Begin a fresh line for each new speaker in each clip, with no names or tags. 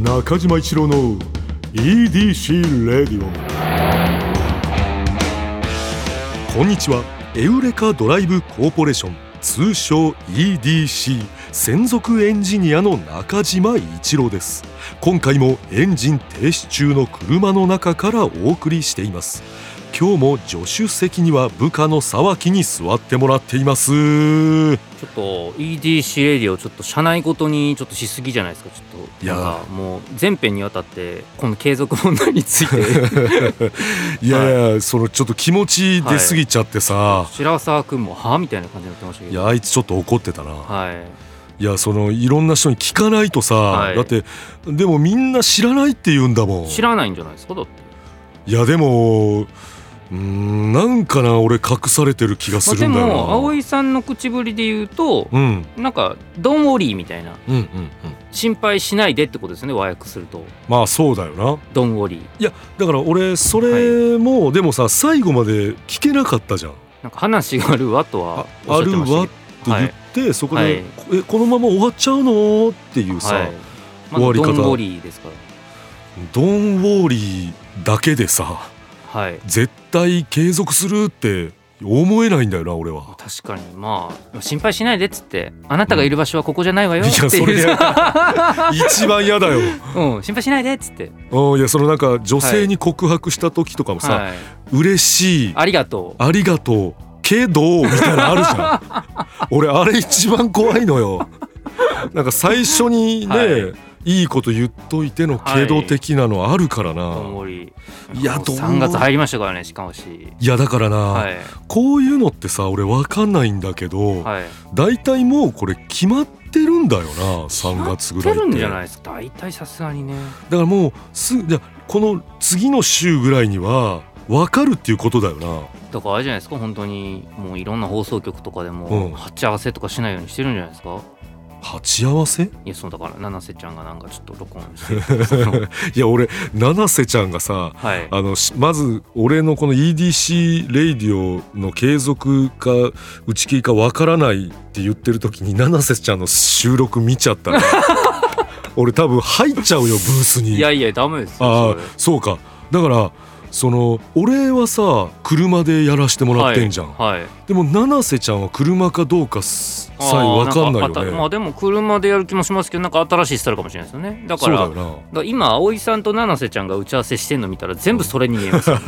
中島一郎の EDC レディオこんにちはエウレカドライブコーポレーション通称 EDC 専属エンジニアの中島一郎です今回もエンジン停止中の車の中からお送りしています今日も助手席には部下の沢木に座ってもらっていますい
ちょっと EDC レディをちょっと社内ごとにちょっとしすぎじゃないですかちょっと
いやー
なんかもう全編にわたってこの継続問題につ いて
やいや、そのちょっと気持ち出すぎちゃってさ、
白沢君もはあみたいな感じになってましたけ
い
ど
やあいつちょっと怒ってたな、
はい
い、やそのいろんな人に聞かないとさ、
はい
だってでもみんな知らないって言うんだもん
知らないんじゃないですかだって
いやでもうーんなんかな俺隠されてる気が
ますあ、
る
で
んだよな、
も葵さんの口ぶりで言うと
うんうん
なんか「ドンウォリー」みたいな
うんうん
心配しないでってことですよね和訳すると
まあそうだよな
「ドンウォリー
いやだから俺それも、でもさ最後まで聞けなかったじゃん」
なんか話があるわと
あ
はお
あ
っしゃっ
る
てまし
わ
た
って
けど
言って、そこで、
はい
えこのまま終わっちゃうのっていうさ、
はいま
終わ
だ
り
ド
方
ンウォリーですから
ドン・ウォーリーだけでさ
はい
絶対継続するって思えないんだよな俺は。
確かにまあ心配しないでっつってあなたがいる場所はここじゃないわよってい う、
いや一番嫌だよ。
うん、心配しないでっつって、
うんいやそのなんか女性に告白した時とかもさ、
はい、
嬉しいあ
ありがとう
りがとうけどみたいなのあるじゃ ん。俺あれ一番怖いのよ。なんか最初にね、、
はい
いこと言っといてのけど的なのあるからな。
どんぼり
いや
もう
どんぼり
3月入りましたからねしかし
い、やだからな、
はい
こういうのってさ俺わかんないんだけど。
はい
大体もうこれ決まってるんだよな3月ぐらい
決まってる
っ
ん
て
じゃないですか大体さすがにね
だからもうすじゃこの次の週ぐらいには分かるっていうことだよな
だからあれじゃないですか本当にもういろんな放送局とかで
うん
も鉢合わせとかしないようにしてるんじゃないですか
鉢合わせ
いやそうだから七瀬ちゃんがなんかちょっと録音 してその
いや俺七瀬ちゃんがさ
はい
あのしまず俺のこの EDC レイディオの継続か打ち切りか分からないって言ってる時に七瀬ちゃんの収録見ちゃ ったら俺多分入っちゃうよブースに
いやいやダメです
あ
よ
あそうかだからその俺はさ車でやらしても
それ
らってんじゃん、
はい、はい
でも七瀬ちゃんは車かどうかすさえ分かんないよ
あーかあたま
ね
あでも車でやる気もしますけどなんか新しいスタイルかもしれないですよねだ
そ
か
う
ら
だよな
だから今葵さんと七瀬ちゃんが打ち合わせしてんの見たら全部それに見えますよ、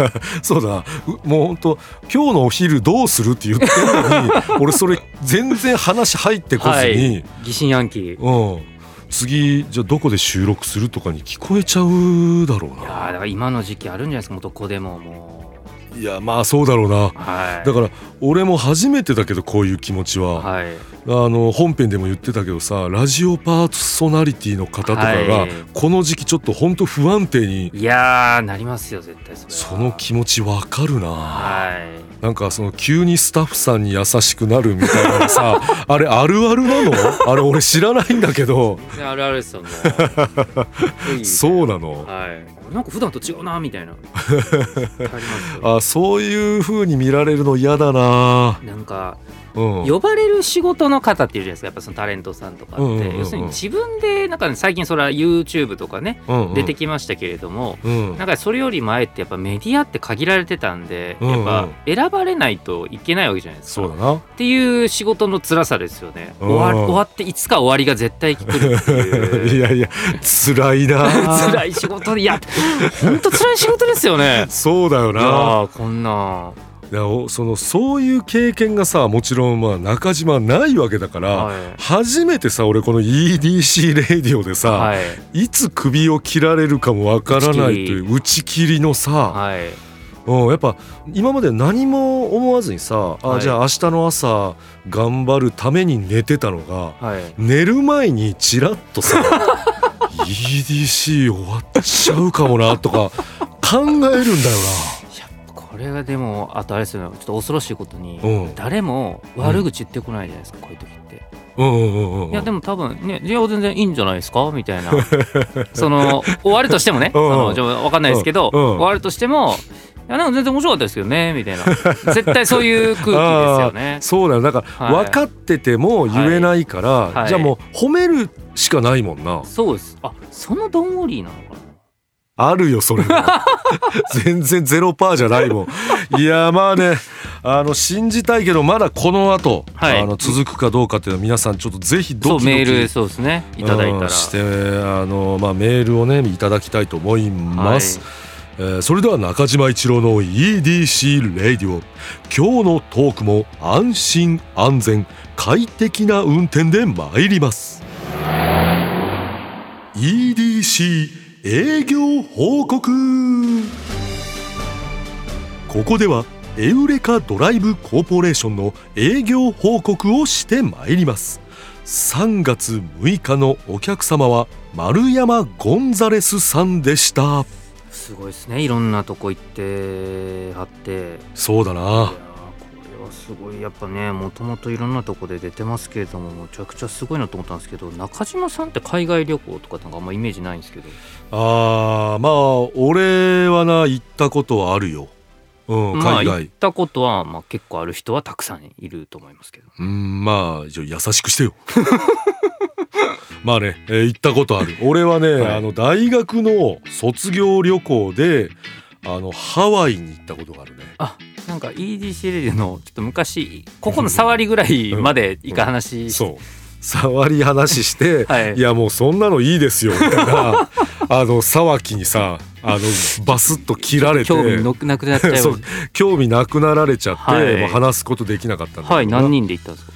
そうだなうもうほんと今日のお昼どうするって言ってるのに俺それ全然話入ってこずに、
疑心暗鬼いや
うん次じゃあどこで収録するとかに聞こえちゃうだろう
ー
な
だから今の時期あるんじゃないですかもうどこでもも
いやまあそうだろうな
うはい
だから俺も初めてだけどこういう気持ちは、
はい
あの本編でも言ってたけどさラジオパーソナリティの方とか
は
が
い
この時期ちょっと本当不安定に
いやーなりますよ絶対それは
その気持ちわかるな
はい
なんかその急にスタッフさんに優しくなるみたいなのさ あれあるあるなのあれ俺知らないんだけど
全然あるあるですよもう はい
そうなの
はい俺なんか普段と違うなみた いなありますよ
あそういう風に見られるの嫌だな
なんか
うん
呼ばれる仕事の方っているじゃないですかやっぱそのタレントさんとかって、
うんうんうんうん
要するに自分でなんかね、最近それは YouTube とかね
うんうん
出てきましたけれども、
うん
なんかそれより前ってやっぱメディアって限られてたんで、
うんうん
やっぱ選ばれないといけないわけじゃないです
そ
か。
うだな
っていう仕事の辛さですよね。
うん
終わ終わっていつか終わりが絶対来るって
い
い う。
やいや辛いな
辛い仕事でいや本当辛い仕事ですよね。
そうだよ
い
な
やーこんな、
いやおそのそういう経験がさもちろんまあ中島はないわけだから、
は
初めてさ俺この EDC レディオで
い、
さ、
はい
い、つ首を切られるかもわからないという打ち切りのさ、
はい
うん、やっぱ今まで何も思わずにさあ、
はい
じゃあ明日の朝頑張るために寝てたのが
はい。
寝る前にちらっと さ EDC 終わっちゃうかもなとか考えるんだよ
これがでもあとあれですよねちょっと恐ろしいことに、
うん
誰も悪口言ってこないじゃないですか、こういう時って。
な。うんうんうんうん、
いやでも多分ねいや全然いいんじゃないですかみた いなその終わるとしてもね
うんうん
そのじゃあわかんないですけど、
うんうん
終わるとしてもいやなんか全然面白かったですけどねみた いな絶対そういう空気ですよね
そうなのだから、
はい
分かってても言えないから、
はい
じゃあもう褒めるしかないもんな
そうですあそのドンウォリーなのかな
あるよそ れは全然ゼロパーじゃないもんいやまあねあの信じたいけどまだこの後、
はい
あの続くかどうかっていうのは皆さんちょっとぜひ
そ
ド
う
キドキ
メールそうですねいただいた
う
ら
んしてあの、まあ、メールをねいただきたいと思います、
はい
えーそれでは中島一郎の EDC レディオ今日のトークも安心安全快適な運転で参ります EDC 営業報告ここではエウレカドライブコーポレーションの営業報告をして参ります3月6日のお客様は丸山ゴンザレスさんでした
すごいですねいろんなとこ行ってはって
そうだ
い
な
やーこれはすごいやっぱねもともといろんなとこで出てますけれどもむちゃくちゃすごいなと思ったんですけど中島さんって海外旅行とかなんかあんまイメージないんですけど
あーまあ俺はな行ったことはあるよ、うん、
まあ
海
行っ
外、
たことは、まあ、結構ある人はたくさんいると思いますけど
うんまあ一応優しくして よまあね、えー行ったことある俺はね、
はい
あの大学の卒業旅行であのハワイに行ったことがあるね
あなんか EDC レディオのちょっと昔ここの触りぐらいまでいか話し、
そう触り話して、
はい
いやもうそんなのいいですよみたいなあの沢木にさあのバスッと切られて
興味のなくなっち ゃいま
そう
す
興味なくなられちゃって、
はい
もう話すことできなかったんだけど
はい何人で行ったんですか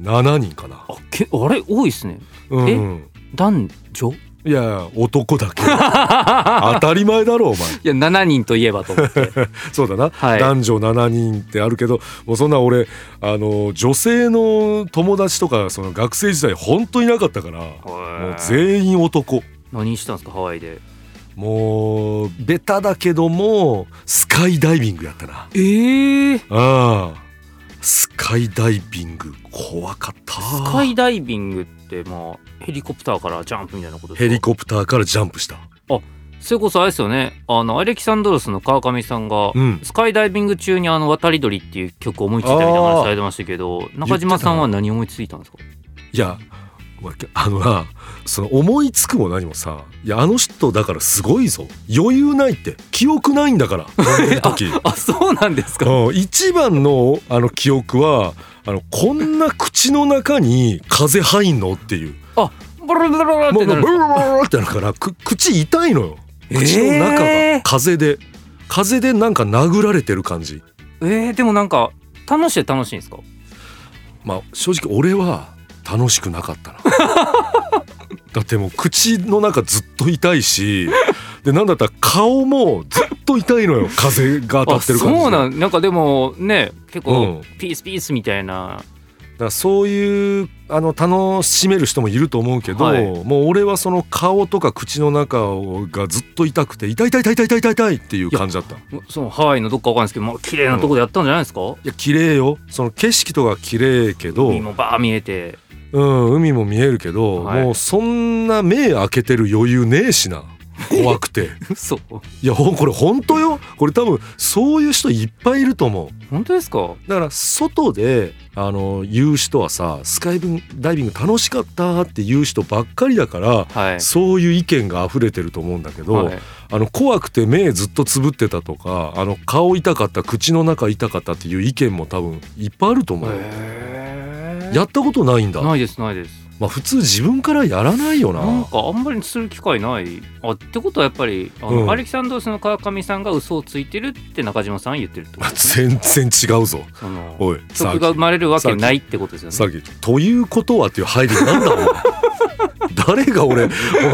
7人かな、
あけあれ多いですね
うん、
男女
いや男 だけ当たり前だろお前
いや7人といえばと思って
そうだな、
はい
男女7人ってあるけどもうそんな俺あの女性の友達とかその学生時代本当いなかったからもう全員男
何したんですかハワイで
もうベタだけどもスカイダイビングやったな
ええ
ああスカイダイビング怖かった
スカイダイビングってまあヘリコプターからジャンプみたいなことですか
ヘリコプターからジャンプした
それこそあれですよねあのアレキサンドロスの川上さんが、
うん
スカイダイビング中にあの渡り鳥っていう曲思いついたみたいな話されてましたけど中島さんは何思いついたんですか
いやまあのなその思いつくも何もさいやあの人だからすごいぞ余裕ないって記憶ないんだから飛んでる時
あそうなんですか
うん一番のあの記憶はあのこんな口の中に風入んのっていう
ボロボロボロっ
も
て
うも
な
う
る
ブルブルブルってなるからく口痛いのよ口の中
え
が
ー
風で風でなんか殴られてる感じ
えー、でもなんか楽しいは楽しいんですか
まあ正直俺は楽しくなかった なだってもう口の中ずっと痛いしでなんだったら顔もずっと痛いのよ風が当た
あ
ってる感じで
そう
だ
なんなんかでもね結
うん
構ピースピースみたいな、
からそういうあの楽しめる人もいると思うけど、
はい
もう俺はその顔とか口の中がずっと痛くて痛い痛い痛い痛い痛い痛い痛いっていう感じだったい
そのハワイのどっかわかんないですけど、まあ綺麗なとこでやったんじゃないですか、
や綺麗よその景色とか綺麗けど
海もバー見えて
うん、海も見えるけど、
はい
もうそんな目開けてる余裕ねえしな怖くて
嘘
いやほんこれ本当よこれ多分そういう人いっぱいいると思う
本当ですか
だから外であの言う人はさスカイダイビング楽しかったって言う人ばっかりだから
はい
そういう意見が溢れてると思うんだけど、
はい
あの怖くて目ずっとつぶってたとかあの顔痛かった口の中痛かったっていう意見も多分いっぱいあると思う、
へー
やったことないんだ、
ないですないです
まあ、普通自分からやらないよ
なんかあんまりする機会ないあってことはやっぱりあの、
うん
アレキサンドロスの川上さんが嘘をついてるって中島さんは言ってるってこ
ま
と
あ
ですね
全然違うぞ
その
おいさ
曲が生まれるわけないってことですよ
さ
ね
っき「ということは」っていう配慮なんだろう 誰が俺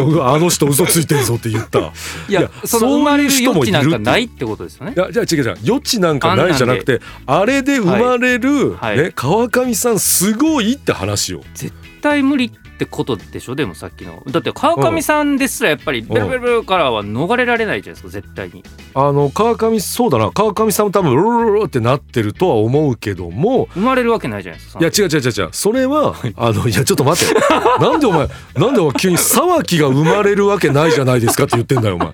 おあの人嘘ついてるぞって言ったい
いや
いや
そ
そうい
の
う
生まれる
人
余
もい
地
るっ
な
て
んかないってことですよね
やじゃあ違う違う余地なんかないじゃなくてあれで生まれる、
はいはい
ね、川上さんすごいって話よ
絶対無理ってことでしょでもさっきのだって川上さんですらやっぱりベルベルベルからは逃れられないじゃないですか絶対に
あの川上そうだな川上さんも多分ルルルルってなってるとは思うけども
生まれるわけないじゃないですか
いや違う違う違う違うそれはあのいやちょっと待 ってなんでお前なんでお前急に沢木が生まれるわけないじゃないですかって言ってんだよお前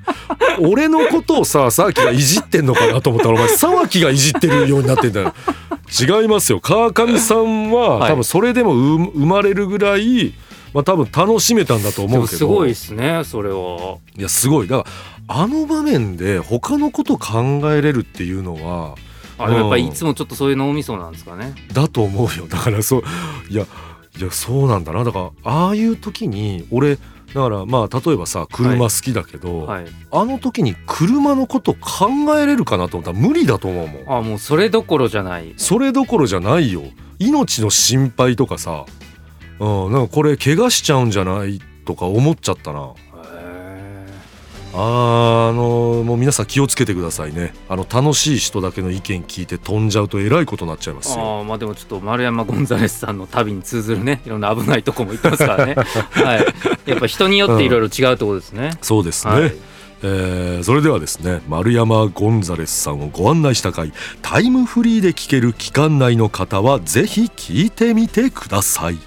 俺のことをさ沢木がいじってんのかなと思ったらお前沢木がいじってるようになってんだよ違いますよ川上さんは
はい
多分それでもう生まれるぐらいまあ多分楽しめたんだと
で
思う
も
けど
すごいですねそれは。
いやすごいだからあの場面で他のこと考えれるっていうのは
あでもやっぱり
うん
いつもちょっとそういう脳みそなんですかね。
だと思うよだからそういやいやそうなんだなだからああいう時に俺だからまあ例えばさ車好きだけど、
はい、
あの時に車のこと考えれるかなと思ったら無理だと思うもん
あもうそれどころじゃない。
それどころじゃないよ命の心配とかさ、うん、なんかこれ怪我しちゃうんじゃないとか思っちゃったなあーあのもう皆さん気をつけてくださいねあの楽しい人だけの意見聞いて飛んじゃうとえらいことになっちゃいますよ
ああまあでもちょっと丸山ゴンザレスさんの旅に通ずるねいろんな危ないとこも行ってます からね、はい、やっぱ人によっていろいろ違うところですね。
そうですね、
はい、
えーそれではですね丸山ゴンザレスさんをご案内した回タイムフリーで聴ける期間内の方はぜひ聞いてみてください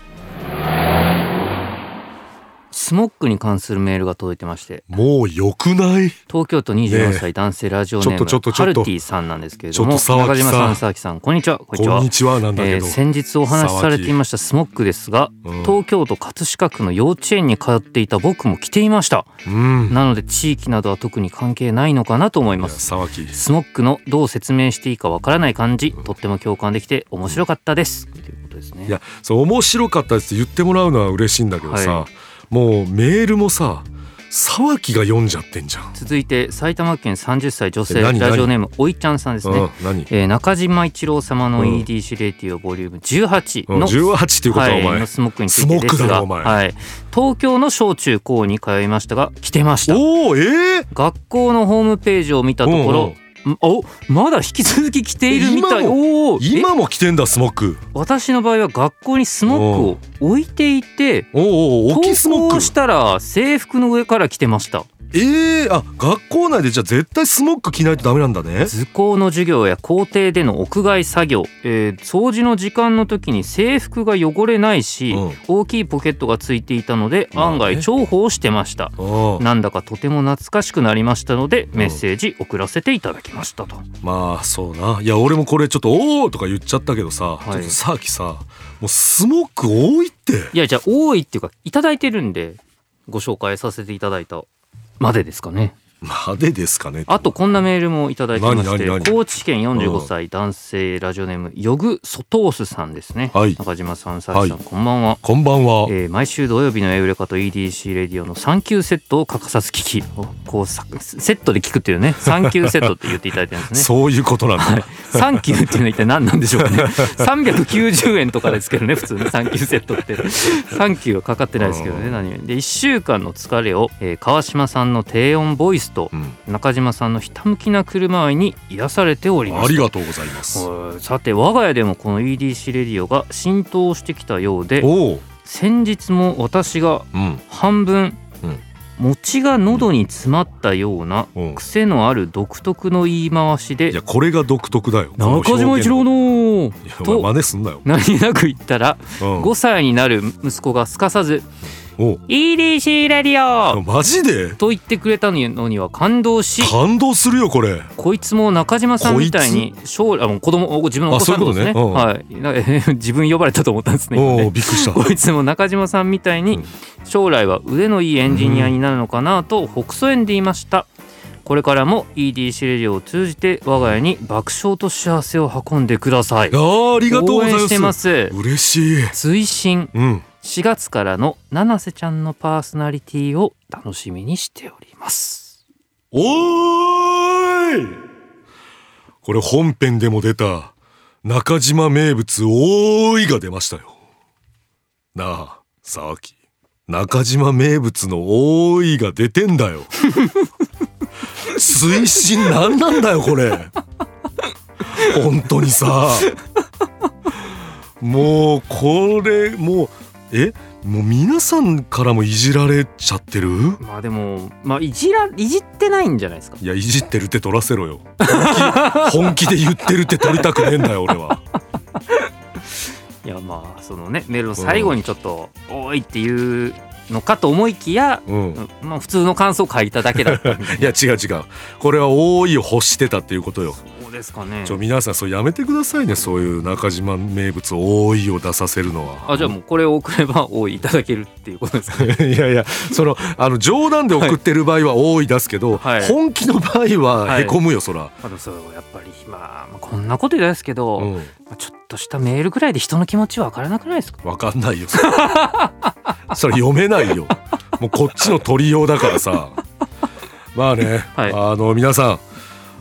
スモックに関するメールが届いてまして
もう良くない
東京都24歳男性ラジオネーム、
ちょっとちょっとちょ
ハ
っ
ル
と
ティさんなんですけれども
ちょっと沢木
中
さ
島
ん
さん沢木さんこんにちはこんにち
こ
は
んにちはなんだ
え
け
ー
ど、
先日お話しされていましたスモックですが
うん
東京都葛飾区の幼稚園に通っていた僕も着ていました
うんいや
なので地域などは特に関係ないのかなと思います
沢木
スモックのどう説明していいかわからない感じとっても共感できて面白かったですということですね
いやそう面白かったですって言ってもらうのは嬉しいんだけどさ、
は
もうメールもさ沢木が読んじゃってんじゃん、
続いて埼玉県30歳女性
え何何
ラジオネームおいちゃんさんです
う
ね
ん、何
えー中島一郎様の
うん
EDC レディオボリューム18
うん
の、
18っていうことはお前、
はい、のスモックについてで
スモ
す
ックだ
が、
ろお前
はい、東京の小中高に通いましたが着てました
おおえー、
学校のホームページを見たところ、んおまだ引き続き着ているみたい
今
おーえ
今も来てんだスモック
私の場合は学校にスモックを置いていて
おーおー大きいスモッ
登
ク
校したら制服の上から着てました
ええあ学校内でじゃあ絶対スモック着ないとダメなんだね
図工の授業や校庭での屋外作業、えー掃除の時間の時に制服が汚れないし、
うん
大きいポケットがついていたので
まあね
案外重宝してました、
ああ
なんだかとても懐かしくなりましたのでメッセージ送らせていただきましたと、
まあそうないや俺もこれちょっと「おお!」とか言っちゃったけどさ、
はい
ちょっとさっきさもうスモック多いって
いやじゃあ多いっていうかいただいてるんでご紹介させていただいたまでですかね
までですかね
あとこんなメールもいただいてまし
何何
て
何
高知県45歳男性ラジオネームヨグソトースさんですね、
はい
中島さん佐々木さん、こんばんは
こんばんは、
えー毎週土曜日のエウレカと EDC レディオの3級セットを欠かさず聞きおこうさセットで聞くっていうね3級セットって言っていただいてるんです ね
そういうことなんだ、
3級っていうのは一体何なんでしょうかね 390円とかですけどね普通ね3級セッ トって3級はかかってないですけど
う
ね
ん
何よりで1週間の疲れを、えー川島さんの低音ボイスと
うん
中島さんのひたむきな車愛に癒されておりま
あ
す
りがとうございます
はいさて我が家でもこの EDC レディオが浸透してきたようで
おお
先日も私が
うん
半分、
うん
餅が喉に詰まったような
うん
癖のある独特の言い回し
い
で
やこれが独特だよ
「中島一
の
郎の!」
いや
と
お前真似すんなよ、
何なく言ったら
うん、
5歳になる息子がすかさず
お
「EDC レディ
う
オ!
マジで」
と言ってくれたのには感動し
感動するよこれ
こいつも中島さんみたいに将来あもう子供自分のお子さんのことですね
あそういうこと
はい な自分呼ばれたと思ったんですね今
おお
ね
びっくりした
こいつも中島さんみたいに
うん
将来は腕のいいエンジニアになるのかなと北総園で言いましたこれからも EDC レディオを通じて我が家に爆笑と幸せを運んでください
あーありがとうご
応
ざい
援
ま
して
す
ます
嬉しい
追伸
うん
4月からの七瀬ちゃんのパーソナリティを楽しみにしております
おーいこれ本編でも出た中島名物「おーい」が出ましたよ。なあ沢木中島名物の「おーい」が出てんだよ。推進なんなんだよこれ。本当にさもうこれもうえもう皆さんからもいじられちゃってる
まあでもまあいじらいじってないんじゃないですか
いやいじってるって取らせろよ 本気本気で言ってるって取りたくねえんだよ俺は
いやまあそのねメールの最後にちょっと「おい!」っていうのかと思いきや、
うん
まあ、普通の感想を書いただけだったみたい
いや違う違うこれは大いを欲してたっていうことよ
なそうですかね
ちょ皆さんそうやめてくださいねそういう中島名物大いを出させるのは
あじゃあもうこれを送れば「おい!」いただけるっていうことですか
いやいやそのあの冗談で送ってる場合は大い出すけど、
はい
本気の場合はへこむよそら、
あのそうやっぱり、まあ、まあこんなこと言うですけど、
うん、
まあちょっとしたメールくらいで人の気持ちわからなくないですか
わかんないよそ れそれ読めないよもうこっちの取りようだからさまあね、
はい
あの皆さん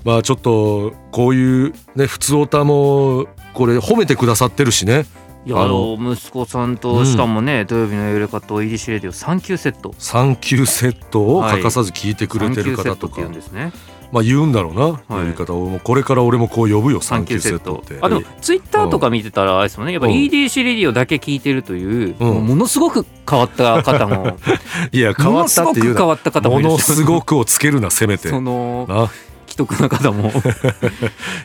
まあちょっとこういうね普通オタもこれ褒めてくださってるしね
いや
あ
あ
の
の息子さんとしかもね、土曜日の夜かとイリシレディオ3級セット
3級セットを欠かさず聞いてくれてる
3級セ
方
ッ
と
トって
か、
言うんですね
まあ言うんだろうな、
はい
呼び方をもうこれから俺もこう呼ぶよ3
3
級
級
セ
セ
ッ
ッ
ト
ト
って
あでもツイッターとか見てたらあれですもんねやっぱ
うん
EDC レディオだけ聞いてるという、
うん
もうものすごく変わった 方も
いや変わったっていう
ものすごく変
な
わった方も
も
いる
の
し
すごくをつけるなせめて
その
な
既得な方も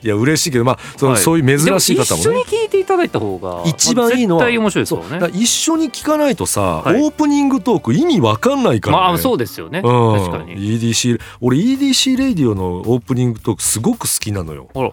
いや嬉しいけどまあその、
はい
そういう珍しい方も
で
ね
も一緒に聞いていただいた方が
一番いいのは
まあ絶対面白いです
そ
よ
うだか
ね
ら一緒に聞かないとさ、
はい
オープニングトーク意味わかんないから、ね、
まあそうですよね、
うん、
確かに
EDC 俺 EDC レディオのオープニングトークすごく好きなのよ、
あら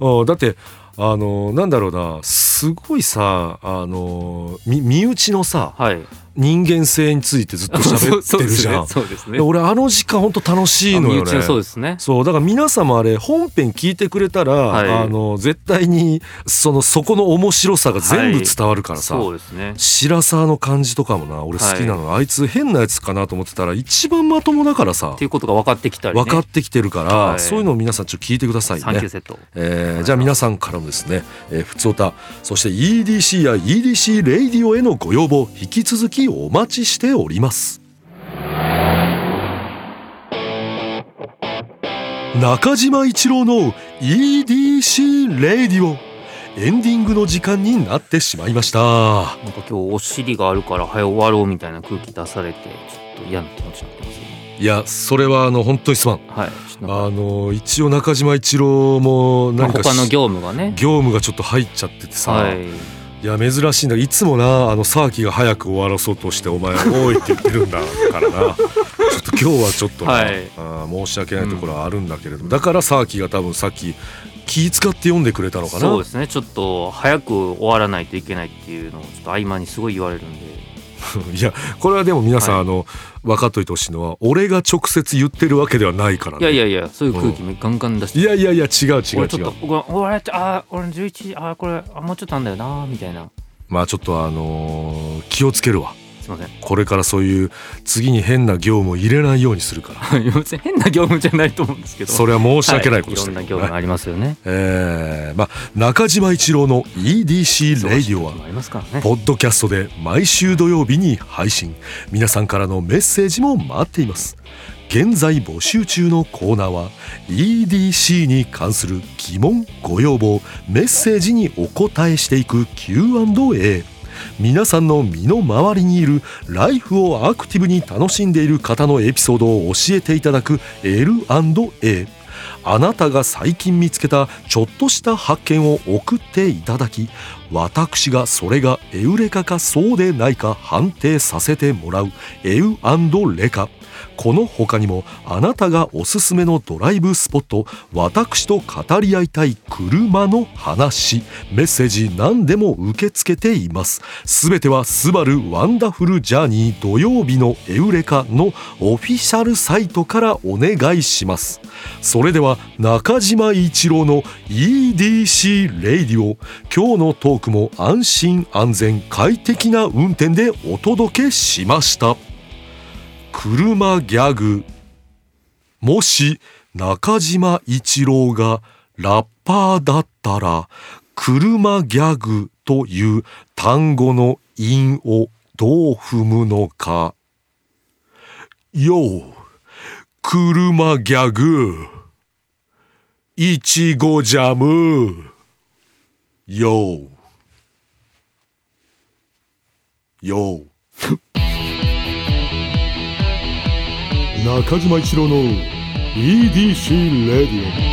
うん、だってあのなんだろうなすごいさあのみ身内のさ
はい
人間性についてずっと喋っ
そう
て
で
る
す
じゃん、
ねそうですね
で俺あの時間ほんと楽しいのよ
あ身内
ね
そうですね
そうだから皆様あれ本編聞いてくれたら、
はい
あの絶対にそのそこの面白さが全部伝わるからさ、
そうですね
白沢の感じとかもな俺好きなの、あいつ変なやつかなと思ってたら一番まともだからさ
っていうことが分かってきたりね
分かってきてるから、
はい
そういうのを皆さんちょっと聞いてください
3級
ね。
セット
えーじゃあ皆さんからもですね「えー、ふつおた」そして EDC や EDC レイディオへのご要望引き続きお待ちしております中島一郎の EDC レイディオエンディングの時間になってしまいました。
なんか今日お尻があるから早終わろうみたいな空気出されてちょっと嫌な気持ちになってますよね
いやそれはあの本当にすまん
はいちょっとなんか
あの一応中島一郎も
まあ
何かし
他の業務がね
業務がちょっと入っちゃっててさ、
はい
い、や珍しいんだいつもなあのサーキが早く終わらそうとしてお前多いって言ってるんだからなちょっと今日はちょっとな、
はい
あー申し訳ないところはあるんだけれども、だからサーキが多分さっき気使って読んでくれたのかな
そうですねちょっと早く終わらないといけないっていうのをちょっと合間にすごい言われるんで
いやこれはでも皆さん、
は
あ
い
の分かっといてほしいのは俺が直接言ってるわけではないから、
い
ね、
やいやいやそういう空気ガンガン出して
いやいやいや違う違う
俺ち
違
ょ
う
っとごめん俺ちょあー俺11時あーこれあもうちょっとなんだよなーみたいな
まあちょっとあのー気をつけるわ
すいません
これからそういう次に変な業務を入れないようにするから
はい要するに 変な業務じゃないと思うんですけど
そ
れ
れは申し訳ないことし
い
て
ろ
る
んな
ね、
業務ありますよね
えーまあ、中島一郎の EDC レイディオは
ありますからね
ポッドキャストで毎週土曜日に配信皆さんからのメッセージも待っています現在募集中のコーナーは EDC に関する疑問ご要望メッセージにお答えしていく Q&A 皆さんの身の回りにいるライフをアクティブに楽しんでいる方のエピソードを教えていただく L&A あなたが最近見つけたちょっとした発見を送っていただき私がそれがエウレカかそうでないか判定させてもらうエウレカこの他にもあなたがおすすめのドライブスポット私と語り合いたい車の話メッセージ何でも受け付けていますすべては「スバルワンダフルジャーニー土曜日のエウレカ」のオフィシャルサイトからお願いしますそれでは中島一郎の EDC レイディオ今日のトークも安心安全快適な運転でお届けしました車ギャグもし中島一郎がラッパーだったら車ギャグという単語の韻をどう踏むのかよう車ギャグいちごジャムようよう中島一郎の EDC レディオ